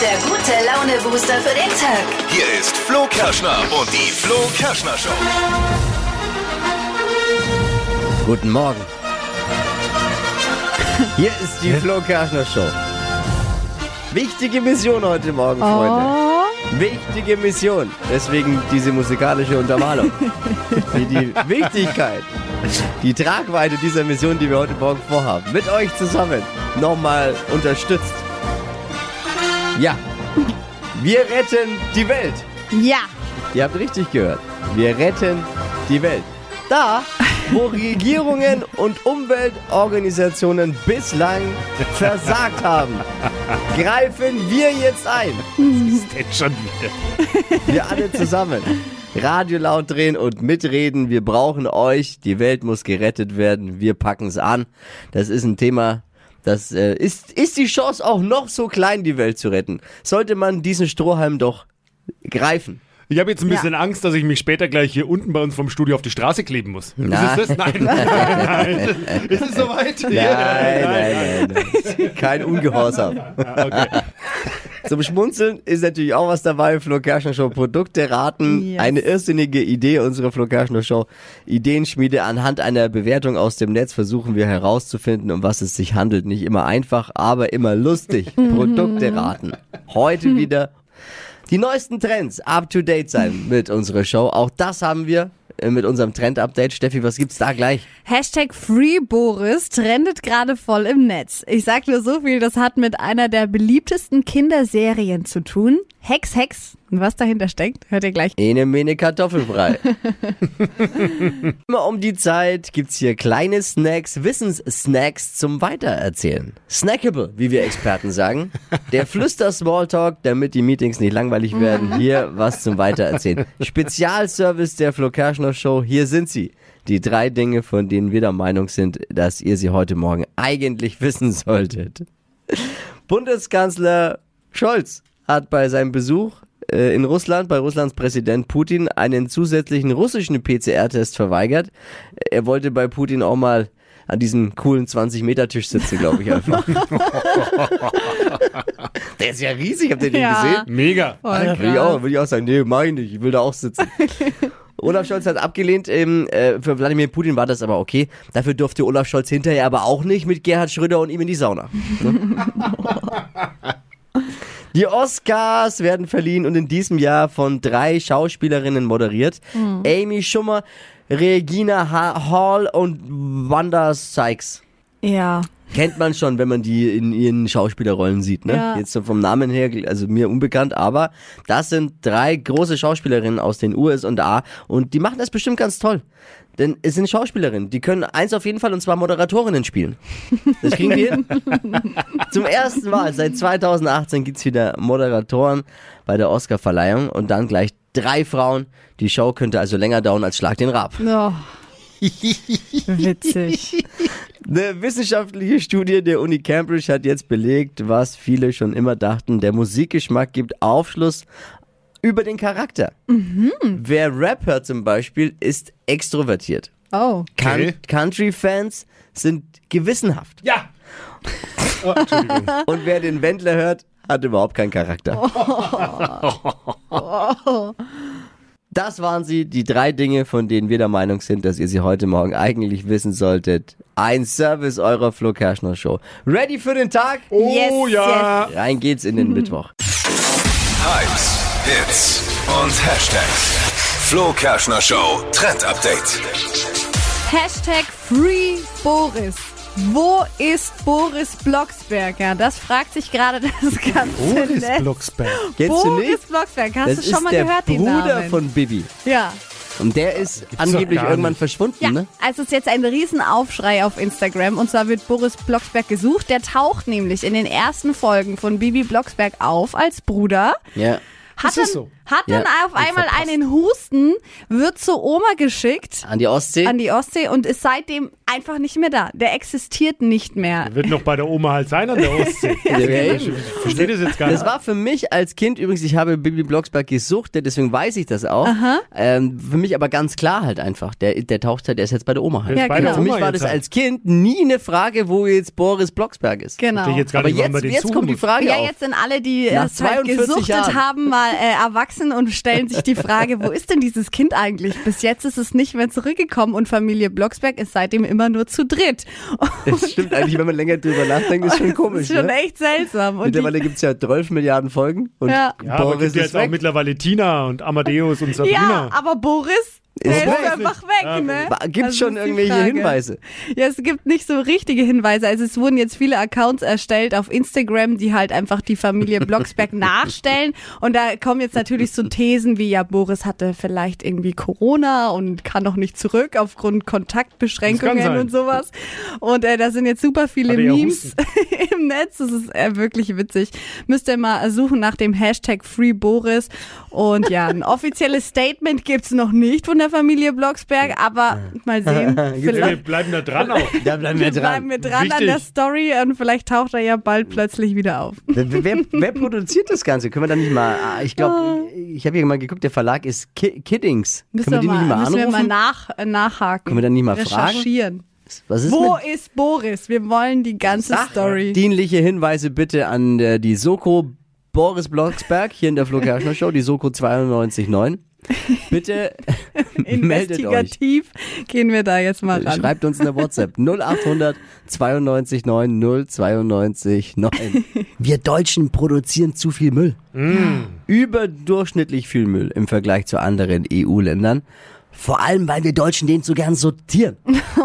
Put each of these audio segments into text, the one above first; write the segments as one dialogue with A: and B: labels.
A: der gute Laune-Booster für den Tag.
B: Hier ist Flo Kerschner und die Flo Kerschner Show.
C: Guten Morgen. Hier ist die Flo Kerschner Show. Wichtige Mission heute Morgen, Freunde. Wichtige Mission. Deswegen diese musikalische Untermalung. die, die Wichtigkeit, die Tragweite dieser Mission, die wir heute Morgen vorhaben, mit euch zusammen nochmal unterstützt. Ja, wir retten die Welt.
D: Ja,
C: Ihr habt richtig gehört. Wir retten die Welt. Da, wo Regierungen und Umweltorganisationen bislang versagt haben, greifen wir jetzt ein.
E: Jetzt schon wieder.
C: Wir alle zusammen. Radio laut drehen und mitreden. Wir brauchen euch. Die Welt muss gerettet werden. Wir packen es an. Das ist ein Thema. Das äh, ist, ist die Chance auch noch so klein, die Welt zu retten. Sollte man diesen Strohhalm doch greifen.
E: Ich habe jetzt ein bisschen Angst, dass ich mich später gleich hier unten bei uns vom Studio auf die Straße kleben muss.
C: Na.
E: Ist es das? Nein. nein. Ist es soweit?
C: Nein, nein, nein. nein. Kein Ungehorsam. Zum Schmunzeln ist natürlich auch was dabei. Flo Kerschner Show Produkte raten.
D: Yes.
C: Eine irrsinnige Idee unserer Flo Kerschner Show. Ideenschmiede anhand einer Bewertung aus dem Netz versuchen wir herauszufinden, um was es sich handelt. Nicht immer einfach, aber immer lustig. Produkte raten. Heute wieder die neuesten Trends up to date sein mit unserer Show. Auch das haben wir äh, mit unserem Trend-Update. Steffi, was gibt's da gleich?
D: Hashtag FreeBoris trendet gerade voll im Netz. Ich sag nur so viel, das hat mit einer der beliebtesten Kinderserien zu tun. Hex, Hex. Und was dahinter steckt, hört ihr gleich.
C: Ene Mene Kartoffelbrei. Immer um die Zeit gibt's hier kleine Snacks, Wissenssnacks zum Weitererzählen. Snackable, wie wir Experten sagen. Der Flüster-Smalltalk, damit die Meetings nicht langweilig werden. Hier was zum Weitererzählen. Spezialservice der Flo Kerschner Show, hier sind sie. Die drei Dinge, von denen wir der Meinung sind, dass ihr sie heute Morgen eigentlich wissen solltet. Bundeskanzler Scholz hat bei seinem Besuch äh, in Russland bei Russlands Präsident Putin einen zusätzlichen russischen PCR-Test verweigert. Er wollte bei Putin auch mal an diesem coolen 20-Meter-Tisch sitzen, glaube ich einfach. Der ist ja riesig, habt ihr den
D: Ja.
C: gesehen?
E: Mega.
D: Voll
C: Ja, Ah, würde ich,
D: Oh, krass.
C: auch, würde ich auch sagen, nee, meine ich, ich will da auch sitzen. Olaf Scholz hat abgelehnt, ähm, äh, für Wladimir Putin war das aber okay. Dafür durfte Olaf Scholz hinterher aber auch nicht mit Gerhard Schröder und ihm in die Sauna. Ne? Die Oscars werden verliehen und in diesem Jahr von drei Schauspielerinnen moderiert. Amy Schumer, Regina ha Hall und Wanda Sykes.
D: Ja.
C: Kennt man schon, wenn man die in ihren Schauspielerrollen sieht, ne?
D: Ja.
C: Jetzt so vom Namen her, also mir unbekannt, aber das sind drei große Schauspielerinnen aus den US und A und die machen das bestimmt ganz toll. Denn es sind Schauspielerinnen, die können eins auf jeden Fall und zwar Moderatorinnen spielen. Das kriegen die hin. Zum ersten Mal seit 2018 gibt's wieder Moderatoren bei der Oscarverleihung und dann gleich drei Frauen. Die Show könnte also länger dauern als Schlag den Rab.
D: Oh. Witzig.
C: Eine wissenschaftliche Studie der Uni Cambridge hat jetzt belegt, was viele schon immer dachten, der Musikgeschmack gibt Aufschluss über den Charakter. Wer Rap hört zum Beispiel, ist extrovertiert.
D: Oh.
C: Kan-
E: Okay.
C: Country-Fans sind gewissenhaft.
E: Ja. Oh, Entschuldigung.
C: Und wer den Wendler hört, hat überhaupt keinen Charakter.
D: Oh,
C: Das waren sie, die drei Dinge, von denen wir der Meinung sind, dass ihr sie heute Morgen eigentlich wissen solltet. Ein Service eurer Flo Kerschner Show. Ready für den Tag?
E: Oh
D: Yes,
E: ja.
C: Rein geht's in den
D: Mhm.
C: Mittwoch.
B: Hypes, Hits und Hashtags. Flo Kerschner Show Trend Update.
D: Hashtag Free Boris. Wo ist Boris Blocksberger? Das fragt sich gerade das ganze Netz.
E: Oh, Blocksberg.
C: Kennst du
D: Boris
C: nicht?
D: Blocksberg, hast
C: Das
D: du
C: ist
D: schon mal
C: der
D: gehört, den
C: Bruder
D: Namen?
C: von Bibi.
D: ja.
C: Und der ist
E: doch
C: angeblich
E: gar
C: irgendwann
E: nicht.
C: verschwunden,
D: Ja,
C: ne?
D: also es ist jetzt ein Riesenaufschrei auf Instagram und zwar wird Boris Blocksberg gesucht. Der taucht nämlich in den ersten Folgen von Bibi Blocksberg auf als Bruder.
C: Ja.
D: Hat
E: Ist das
D: dann,
E: so?
D: Hat
C: Ja,
D: dann auf
C: und
D: einmal
C: verpasst.
D: einen Husten, wird zur Oma geschickt
C: An die Ostsee.
D: an die Ostsee und ist seitdem einfach nicht mehr da. Der existiert nicht mehr.
E: Wird noch bei der Oma halt sein an der Ostsee.
C: Ja, eben.
E: Ich verstehe das jetzt gar nicht.
C: Das war für mich als Kind übrigens, ich habe Bibi Blocksberg gesuchtet, deswegen weiß ich das auch. Ähm, für mich aber ganz klar halt einfach, der, der taucht halt, der ist jetzt bei der Oma halt.
D: Ja,
E: bei
D: genau.
E: der
C: Für
E: Oma
C: mich war
E: jetzt
C: das
E: halt.
C: als Kind nie eine Frage, wo jetzt Boris Blocksberg ist.
D: Genau.
E: Verstehe ich jetzt gar
C: Aber
E: nicht, warum man
C: jetzt,
E: den
C: jetzt
E: suchen
C: kommt die
E: muss.
C: Frage
D: Oh Ja,
C: auf.
D: jetzt sind alle, die
C: Nach
D: es halt
C: 42
D: gesuchtet
C: Jahren.
D: haben, mal äh, erwachsen und stellen sich die Frage, wo ist denn dieses Kind eigentlich? Bis jetzt ist es nicht mehr zurückgekommen und Familie Blocksberg ist seitdem immer nur zu dritt.
C: Das stimmt eigentlich, wenn man länger drüber nachdenkt, ist schon komisch.
D: Das ist schon
C: ne?
D: echt seltsam. Und
C: Mittlerweile
D: die,
C: gibt es ja 12 Milliarden Folgen und
D: Ja.
E: Ja, aber
C: Boris
E: gibt ja
C: ist
E: jetzt auch
C: weg.
E: mittlerweile Tina und Amadeus und
D: ja,
E: Sabrina.
D: aber Boris,
C: Ist
D: der ist
C: weg.
D: einfach weg.
E: Ja,
D: ne?
C: Gibt
D: Das
C: es schon
D: ist die
C: irgendwelche
D: Frage.
C: Hinweise?
D: Ja, es gibt nicht so richtige Hinweise. Also es wurden jetzt viele Accounts erstellt auf Instagram, die halt einfach die Familie Blocksberg nachstellen. Und da kommen jetzt natürlich so Thesen wie, ja, Boris hatte vielleicht irgendwie Corona und kann noch nicht zurück aufgrund
E: Das kann
D: Kontaktbeschränkungen
E: sein.
D: und sowas. Und äh, da sind jetzt super viele
E: Hatte ja
D: Memes im Netz. Das ist äh, wirklich witzig. Müsst ihr mal suchen nach dem Hashtag Free Boris. Und ja, ein offizielles Statement gibt's noch nicht von der Familie Blocksberg, aber mal sehen.
E: Ja,
D: vielleicht
E: wir bleiben da dran auch.
C: Da bleiben wir
D: bleiben wir dran an
E: Wichtig.
D: der Story und vielleicht taucht er ja bald plötzlich wieder auf.
C: Wer, wer, wer produziert das Ganze? Können wir da nicht mal. ah, Ich glaube, ich habe hier mal geguckt, der Verlag ist Ki Kiddings.
D: Müssen
C: Können wir die
D: mal,
C: nicht mal
D: müssen wir
C: anrufen?
D: mal nach, äh, nachhaken.
C: Können wir dann nicht mal fragen?
D: Recherchieren.
C: Was ist
D: Wo
C: mit
D: ist Boris? Wir wollen die ganze Story.
C: dienliche Hinweise bitte an äh, die Soko Boris Blocksberg hier in der Flo Kerschner Show, die Soko 92.9. Bitte meldet euch.
D: Investigativ gehen wir da jetzt mal ran.
C: Äh, Schreibt uns eine WhatsApp 0800 92 9 092 9. Wir Deutschen produzieren zu viel Müll. Überdurchschnittlich viel Müll im Vergleich zu anderen E EU-Ländern. Vor allem, weil wir Deutschen den so gern sortieren.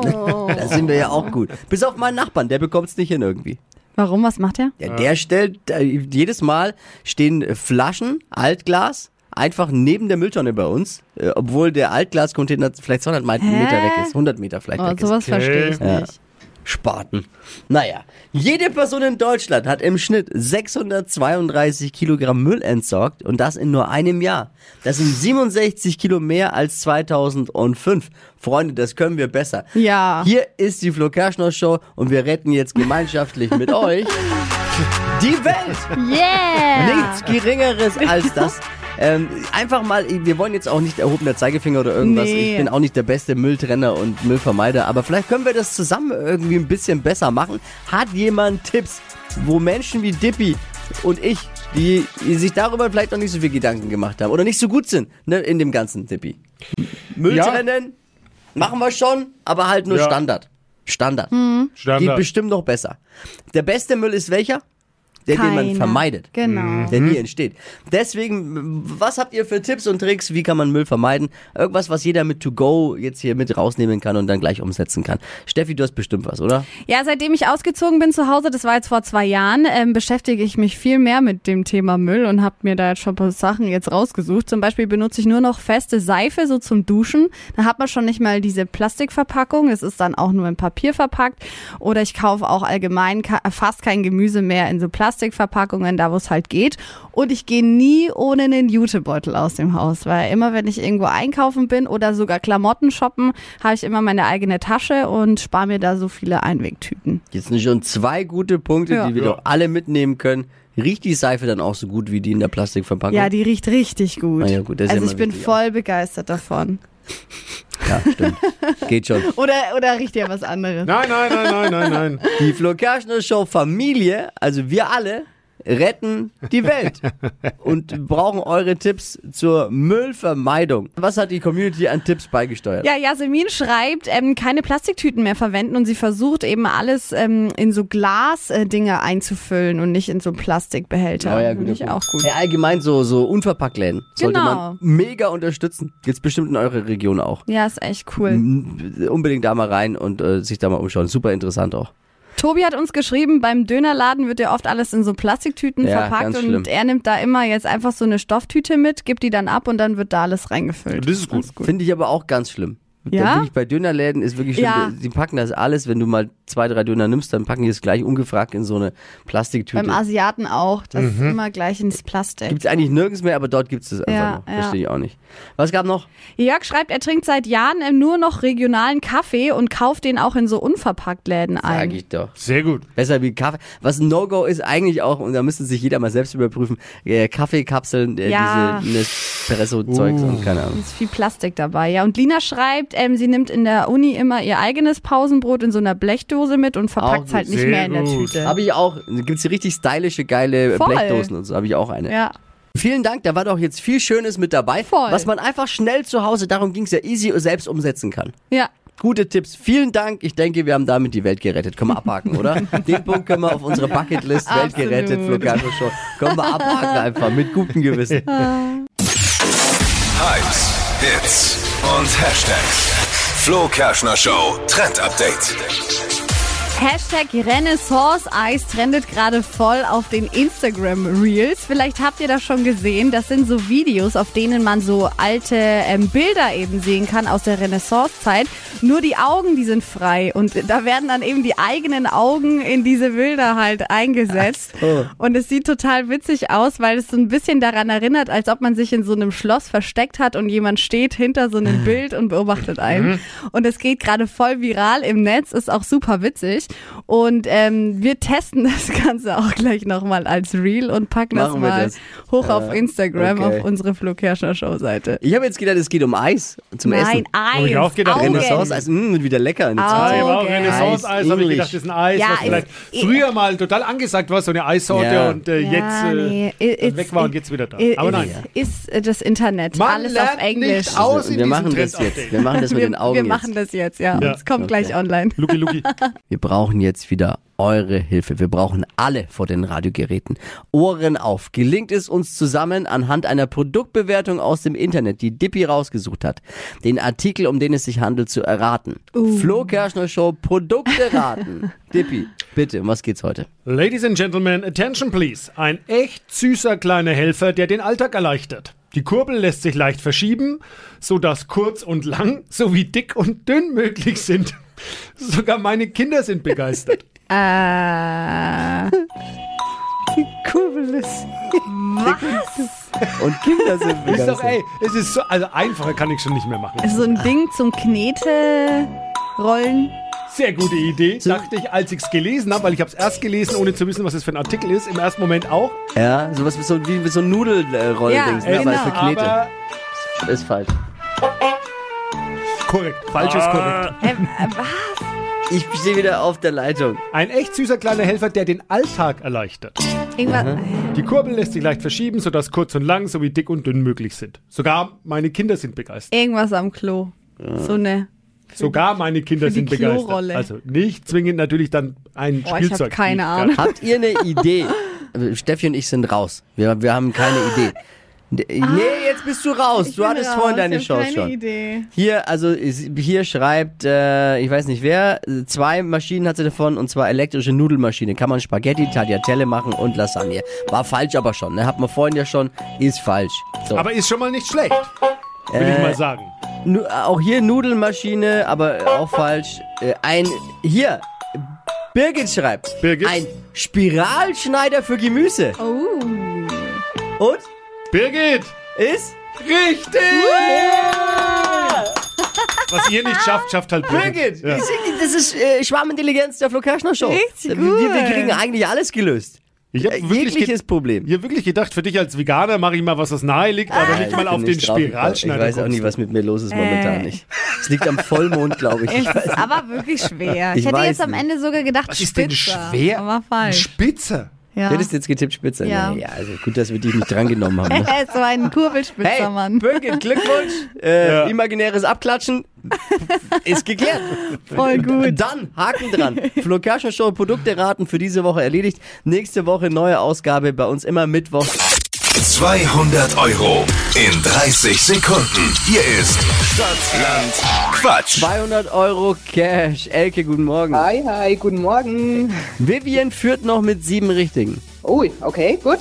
C: Da sind wir ja auch gut. Bis auf meinen Nachbarn, der bekommt es nicht hin irgendwie.
D: Warum? Was macht er?
C: Ja, Der stellt, äh, jedes Mal stehen äh, Flaschen, Altglas, einfach neben der Mülltonne bei uns, äh, obwohl der Altglascontainer vielleicht 200 Me-
D: Hä?
C: Meter weg ist, 100 Meter vielleicht
D: Oh,
C: weg ist.
D: sowas verstehe ich
C: Ja.
D: nicht.
C: Spaten. Naja, jede Person in Deutschland hat im Schnitt 632 Kilogramm Müll entsorgt und das in nur einem Jahr. Das sind 67 Kilo mehr als 2005. Freunde, das können wir besser.
D: Ja.
C: Hier ist die Flo Kerschner Show und wir retten jetzt gemeinschaftlich mit euch die Welt.
D: Yeah!
C: Nichts Geringeres als das. Ähm, einfach mal, wir wollen jetzt auch nicht erhobener Zeigefinger oder irgendwas.
D: Nee.
C: Ich bin auch nicht der beste Mülltrenner und Müllvermeider, aber vielleicht können wir das zusammen irgendwie ein bisschen besser machen. Hat jemand Tipps, wo Menschen wie Dippy und ich, die sich darüber vielleicht noch nicht so viel Gedanken gemacht haben oder nicht so gut sind ne, in dem ganzen Dippy? Mülltrennen machen wir schon, aber halt nur
E: Ja. Hm.
C: Standard. Standard. Geht
E: Standard.
C: bestimmt noch besser. Der beste Müll ist welcher? Der, den man
D: Keiner.
C: vermeidet. Mhm.
D: Genau.
C: Der nie entsteht. Deswegen, was habt ihr für Tipps und Tricks? Wie kann man Müll vermeiden? Irgendwas, was jeder mit To Go jetzt hier mit rausnehmen kann und dann gleich umsetzen kann. Steffi, du hast bestimmt was, oder?
D: Ja, seitdem ich ausgezogen bin zu Hause, das war jetzt vor zwei Jahren, ähm, beschäftige ich mich viel mehr mit dem Thema Müll und habe mir da jetzt schon ein paar Sachen jetzt rausgesucht. Zum Beispiel benutze ich nur noch feste Seife so zum Duschen. Da hat man schon nicht mal diese Plastikverpackung. Es ist dann auch nur in Papier verpackt. Oder ich kaufe auch allgemein ka- fast kein Gemüse mehr in so Plastikverpackungen, da wo es halt geht. Und ich gehe nie ohne einen Jutebeutel aus dem Haus, weil immer wenn ich irgendwo einkaufen bin oder sogar Klamotten shoppen, habe ich immer meine eigene Tasche und spare mir da so viele Einwegtüten.
C: Jetzt sind schon zwei gute Punkte,
D: Ja.
C: die wir
E: Ja.
C: doch alle mitnehmen können. Riecht die Seife dann auch so gut wie die in der Plastikverpackung?
D: Ja, die riecht richtig gut.
C: Ah ja, gut, das ist
D: also
C: ja
D: ich
C: mal
D: bin
C: wichtig
D: voll begeistert davon.
C: Ja, stimmt. Geht schon.
D: Oder, oder riecht ihr was anderes?
E: Nein, nein, nein, nein, nein, nein.
C: Die Flo Kerschner Show Familie, also wir alle, retten die Welt und brauchen eure Tipps zur Müllvermeidung. Was hat die Community an Tipps beigesteuert?
D: Ja, Jasmin schreibt, ähm, keine Plastiktüten mehr verwenden und sie versucht eben alles ähm, in so Glasdinge äh, Dinge einzufüllen und nicht in so Plastikbehälter.
C: Oh ja,
D: Finde
C: guter
D: ich
C: Punkt.
D: auch gut.
C: Ja, allgemein so, so Unverpacktläden sollte
D: Genau.
C: man mega unterstützen. Gibt's bestimmt in eurer Region auch.
D: Ja, ist echt cool.
C: M- Unbedingt da mal rein und äh, sich da mal umschauen. Super interessant auch.
D: Tobi hat uns geschrieben, beim Dönerladen wird ja oft alles in so Plastiktüten
C: Ja,
D: verpackt
C: ganz
D: und
C: schlimm.
D: er nimmt da immer jetzt einfach so eine Stofftüte mit, gibt die dann ab und dann wird da alles reingefüllt.
E: Das ist gut.
C: Finde ich aber auch ganz schlimm.
D: Ja?
C: Da bin ich bei Dönerläden ist wirklich schlimm.
D: Ja.
C: Die packen das alles, wenn du mal zwei, drei Döner nimmst, dann packen die es gleich ungefragt in so eine Plastiktüte.
D: Beim Asiaten auch. Das ist
C: Mhm.
D: immer gleich ins Plastik.
C: Gibt es eigentlich nirgends mehr, aber dort gibt es es einfach
D: Ja,
C: noch.
D: ja.
C: Verstehe ich auch nicht. Was gab noch?
D: Jörg schreibt, er trinkt seit Jahren ähm, nur noch regionalen Kaffee und kauft den auch in so unverpackt Läden
C: Sag
D: ein.
C: ich doch.
E: Sehr gut.
C: Besser wie Kaffee. Was ein No-Go ist eigentlich auch, und da müsste sich jeder mal selbst überprüfen, äh, Kaffeekapseln, äh,
D: Ja.
C: diese Nespresso-Zeugs und keine Ahnung.
D: Ist viel Plastik dabei, ja. Und Lina schreibt, ähm, sie nimmt in der Uni immer ihr eigenes Pausenbrot in so einer Blechdose mit und
C: Auch
D: verpackt es halt nicht
E: sehr
D: mehr in der
E: gut.
D: Tüte.
C: Habe ich auch. Gibt es richtig stylische, geile
D: Voll.
C: Blechdosen und so. Habe ich auch eine.
D: ja.
C: Vielen Dank, da war doch jetzt viel Schönes mit dabei,
D: Voll.
C: was man einfach schnell zu Hause, darum ging es ja, easy selbst umsetzen kann.
D: ja.
C: Gute Tipps, vielen Dank. Ich denke, wir haben damit die Welt gerettet. Können wir abhaken, oder? Den Punkt können wir auf unsere Bucketlist Welt
D: Absolut.
C: gerettet, Flugano Show. Können wir abhaken einfach mit gutem Gewissen.
B: Hypes, Hits und Hashtags. Flo Kerschner Show Trend Update.
D: Hashtag Renaissance Eis trendet gerade voll auf den Instagram Reels. Vielleicht habt ihr das schon gesehen. Das sind so Videos, auf denen man so alte ähm, Bilder eben sehen kann aus der Renaissance-Zeit. Nur die Augen, die sind frei. Und da werden dann eben die eigenen Augen in diese Bilder halt eingesetzt.
C: so.
D: Und es sieht total witzig aus, weil es so ein bisschen daran erinnert, als ob man sich in so einem Schloss versteckt hat und jemand steht hinter so
E: Äh.
D: einem Bild und beobachtet
E: Mhm.
D: einen. Und es geht gerade voll viral im Netz, ist auch super witzig. Und ähm, wir testen das Ganze auch gleich nochmal als Reel und packen das
C: Machen wir
D: mal
C: das.
D: hoch auf
E: Äh,
D: Instagram,
C: okay.
D: auf unsere Flo Kerschner Show-Seite.
C: Ich habe jetzt gedacht, es geht um Eis zum
D: Nein,
C: Essen.
D: Eis,
E: Hab ich also auch gedacht,
D: Augen.
C: Renaissance, Eis, mh, wird wieder lecker. In
E: Ah,
C: Zeit.
E: ja, aber auch
D: Okay.
E: Renaissance-Eis, habe ich
C: English.
E: gedacht, das ist ein Eis,
D: Ja,
E: was
D: ist-
E: vielleicht früher mal total angesagt war, so eine Eissorte
C: Ja.
E: und äh,
D: Ja, nee.
E: jetzt äh,
D: It's-
E: weg war und jetzt wieder da.
D: It-
E: Aber
D: it
E: nein.
D: Ist äh, das Internet,
E: Man
D: alles auf
E: lernt
D: Englisch.
E: nicht aus in
C: wir
E: diesem
C: machen das
E: Trend-Update.
C: jetzt. Wir machen das mit
D: wir,
C: den Augen
D: wir
C: jetzt.
D: machen das jetzt, ja.
E: Ja.
D: Es kommt gleich online.
E: Luki, Luki.
C: Wir brauchen jetzt wieder eure Hilfe. Wir brauchen alle vor den Radiogeräten. Ohren auf. Gelingt es uns zusammen anhand einer Produktbewertung aus dem Internet, die Dippy rausgesucht hat, den Artikel, um den es sich handelt, zu erraten?
D: Uh.
C: Flo Kerschner Show Produkte raten. Dippy, bitte, um was geht's heute?
E: Ladies and Gentlemen, attention please. Ein echt süßer kleiner Helfer, der den Alltag erleichtert. Die Kurbel lässt sich leicht verschieben, sodass kurz und lang sowie dick und dünn möglich sind. Sogar meine Kinder sind begeistert.
D: Äh,
C: Kubelis. Und Kinder sind
E: ist doch,
C: begeistert.
E: ey, es ist so, also einfacher kann ich schon nicht mehr machen.
D: Also so ein Ding zum Knete rollen.
E: Sehr gute Idee, dachte ich, als ich es gelesen habe, weil ich habe es erst gelesen, ohne zu wissen, was es für ein Artikel ist. Im ersten Moment auch,
C: Ja, sowas wie so, wie, wie so ein Nudelroll
D: Ja,
C: Dings, ne?
D: genau.
C: weil es verknete.
E: aber
C: Ist falsch.
E: korrekt. Falsch ist korrekt.
D: Ähm, äh, was?
C: Ich stehe wieder auf der Leitung.
E: Ein echt süßer kleiner Helfer, der den Alltag erleichtert.
D: Irgendwas.
E: Die Kurbel lässt sich leicht verschieben, sodass kurz und lang sowie dick und dünn möglich sind. Sogar meine Kinder sind begeistert.
D: Irgendwas am Klo. So eine.
E: Sogar meine Kinder
D: Für die
E: sind begeistert.
D: Klorolle.
E: Also nicht zwingend natürlich dann ein
D: Boah, ich
E: Spielzeug.
D: hab keine
E: nicht
D: Ahnung.
C: Habt ihr eine Idee? Also, Steffi und ich sind raus. Wir, wir haben keine Idee. D- Nee, jetzt bist du raus. Du hattest vorhin deine Chance schon.
D: Idee.
C: Hier, also ist- hier schreibt, äh, ich weiß nicht wer, äh, zwei Maschinen hat sie davon und zwar elektrische Nudelmaschine. Kann man Spaghetti, Tagliatelle machen und Lasagne. War falsch aber schon, ne? Hat man vorhin ja schon, ist falsch. So.
E: Aber ist schon mal nicht schlecht, will
C: Äh.
E: ich mal sagen.
C: Nu auch hier Nudelmaschine, aber auch falsch. Äh, ein hier Birgit schreibt.
E: Birgit?
C: Ein Spiralschneider für Gemüse.
D: Oh.
C: Und
E: Birgit!
C: ist
E: Richtig! Was ihr nicht schafft, schafft halt Birgit.
C: Birgit,
E: Ja.
C: ich sing- das ist äh, Schwarmintelligenz der Flo Kerschner Show. Äh,
D: Richtig
C: wir,
D: gut.
C: wir kriegen eigentlich alles gelöst.
E: Ich hab
C: Äh,
E: wirklich
C: Jegliches
E: ge-
C: Problem.
E: Ich hab wirklich gedacht, für dich als Veganer mache ich mal was, was nahe liegt, aber
C: Ah, Ich
E: nicht mal
C: bin
E: auf den
C: nicht drauf gekommen.
E: Spiralschneider.
C: Ich weiß auch
E: kommst.
C: nicht, was mit mir los ist momentan
D: Äh.
C: nicht. Es liegt am Vollmond, glaube ich. ich
D: Es
C: weiß.
D: ist aber wirklich schwer.
C: Ich
D: Ich, hätte
C: weiß
D: jetzt am
C: nicht.
D: Ende sogar gedacht,
E: Was ist denn
D: Spitzer.
E: schwer?
D: Aber falsch.
E: Spitze.
D: Ja.
C: Hättest du jetzt getippt Spitze?
D: Ja.
C: Nee, ja, also gut, dass wir dich nicht drangenommen haben. Ne?
D: Er ist so ein
C: Hey,
D: Kurbelspitzermann.
C: Birgit, Glückwunsch. Äh,
E: Ja.
C: Imaginäres Abklatschen ist geklärt.
D: Voll gut.
C: Dann Haken dran. Flo Kerschner Show Produkte raten für diese Woche erledigt. Nächste Woche neue Ausgabe bei uns immer Mittwoch.
B: 200 Euro in 30 Sekunden. Hier ist Stadtland Quatsch.
C: 200 Euro Cash. Elke, guten Morgen.
F: Hi, hi, guten Morgen.
C: Vivian führt noch mit sieben Richtigen.
F: Ui, okay, gut.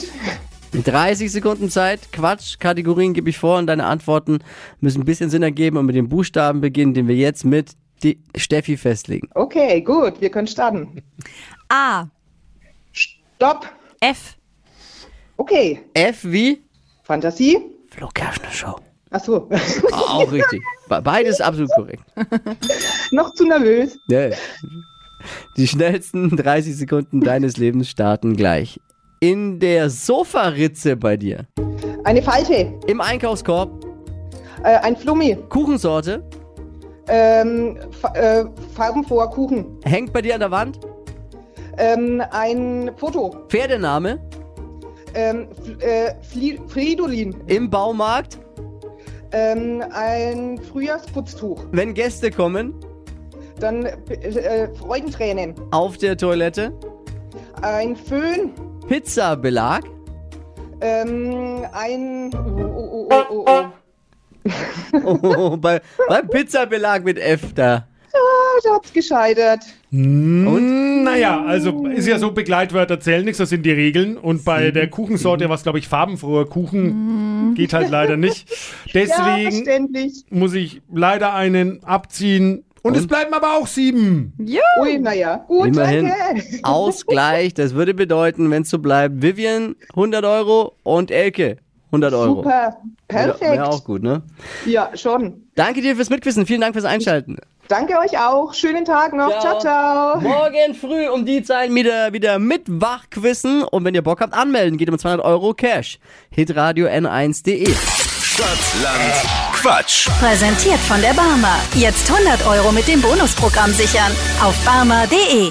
C: 30 Sekunden Zeit. Quatsch. Kategorien gebe ich vor und deine Antworten müssen ein bisschen Sinn ergeben. Und mit dem Buchstaben beginnen, den wir jetzt mit die Steffi festlegen.
F: Okay, gut, wir können starten.
D: A.
F: Stopp.
D: F.
F: Okay,
C: F wie
F: Fantasie.
C: Flo Kerschner Show.
F: Ach so,
C: Auch richtig. Be- Beides absolut korrekt.
F: noch zu nervös.
C: Ja. Die schnellsten 30 Sekunden deines Lebens starten gleich. In der Sofaritze bei dir.
F: Eine Falte,
C: Im Einkaufskorb.
F: äh, ein Flummi,
C: Kuchensorte.
F: ähm, fa äh, farbenfroher Kuchen,
C: Hängt bei dir an der Wand.
F: ähm, ein Foto,
C: Pferdename.
F: ähm, F äh, Fli- Fridolin,
C: Im Baumarkt.
F: ähm, ein Frühjahrsputztuch,
C: Wenn Gäste kommen.
F: dann äh, äh, Freudentränen,
C: Auf der Toilette.
F: ein Föhn,
C: Pizzabelag.
F: ähm, ein... Oh, oh, oh, oh, oh.
C: Oh, bei, beim Pizzabelag mit F da.
F: Ah, da hat's gescheitert.
E: Naja, also ist ja so, Begleitwörter zählen nichts, das sind die Regeln. Und bei der Kuchensorte war es, glaube ich, farbenfroher Kuchen. Geht halt leider nicht.
F: Ja,
E: Deswegen
F: verständlich.
E: muss ich leider einen abziehen. Und, es bleiben aber auch sieben.
F: Ui, naja. Gut,
C: Immerhin
F: danke.
C: Ausgleich. Das würde bedeuten, wenn es so bleibt, Vivian 100 Euro und Elke 100 Euro.
F: Super. Perfekt.
C: Wäre wär auch gut, ne?
F: Ja, schon.
C: Danke dir fürs Mitquissen. Vielen Dank fürs Einschalten.
F: Danke euch auch. Schönen Tag noch.
C: Ciao.
F: Ciao, ciao.
C: Morgen früh um die Zeit wieder, wieder mit Wachquissen. Und wenn ihr Bock habt, anmelden. Geht um 200 Euro Cash. Hitradio N1.de.
B: Stadt, Land, Quatsch.
A: Präsentiert von der Barmer. Jetzt 100 Euro mit dem Bonusprogramm sichern. Auf barmer.de.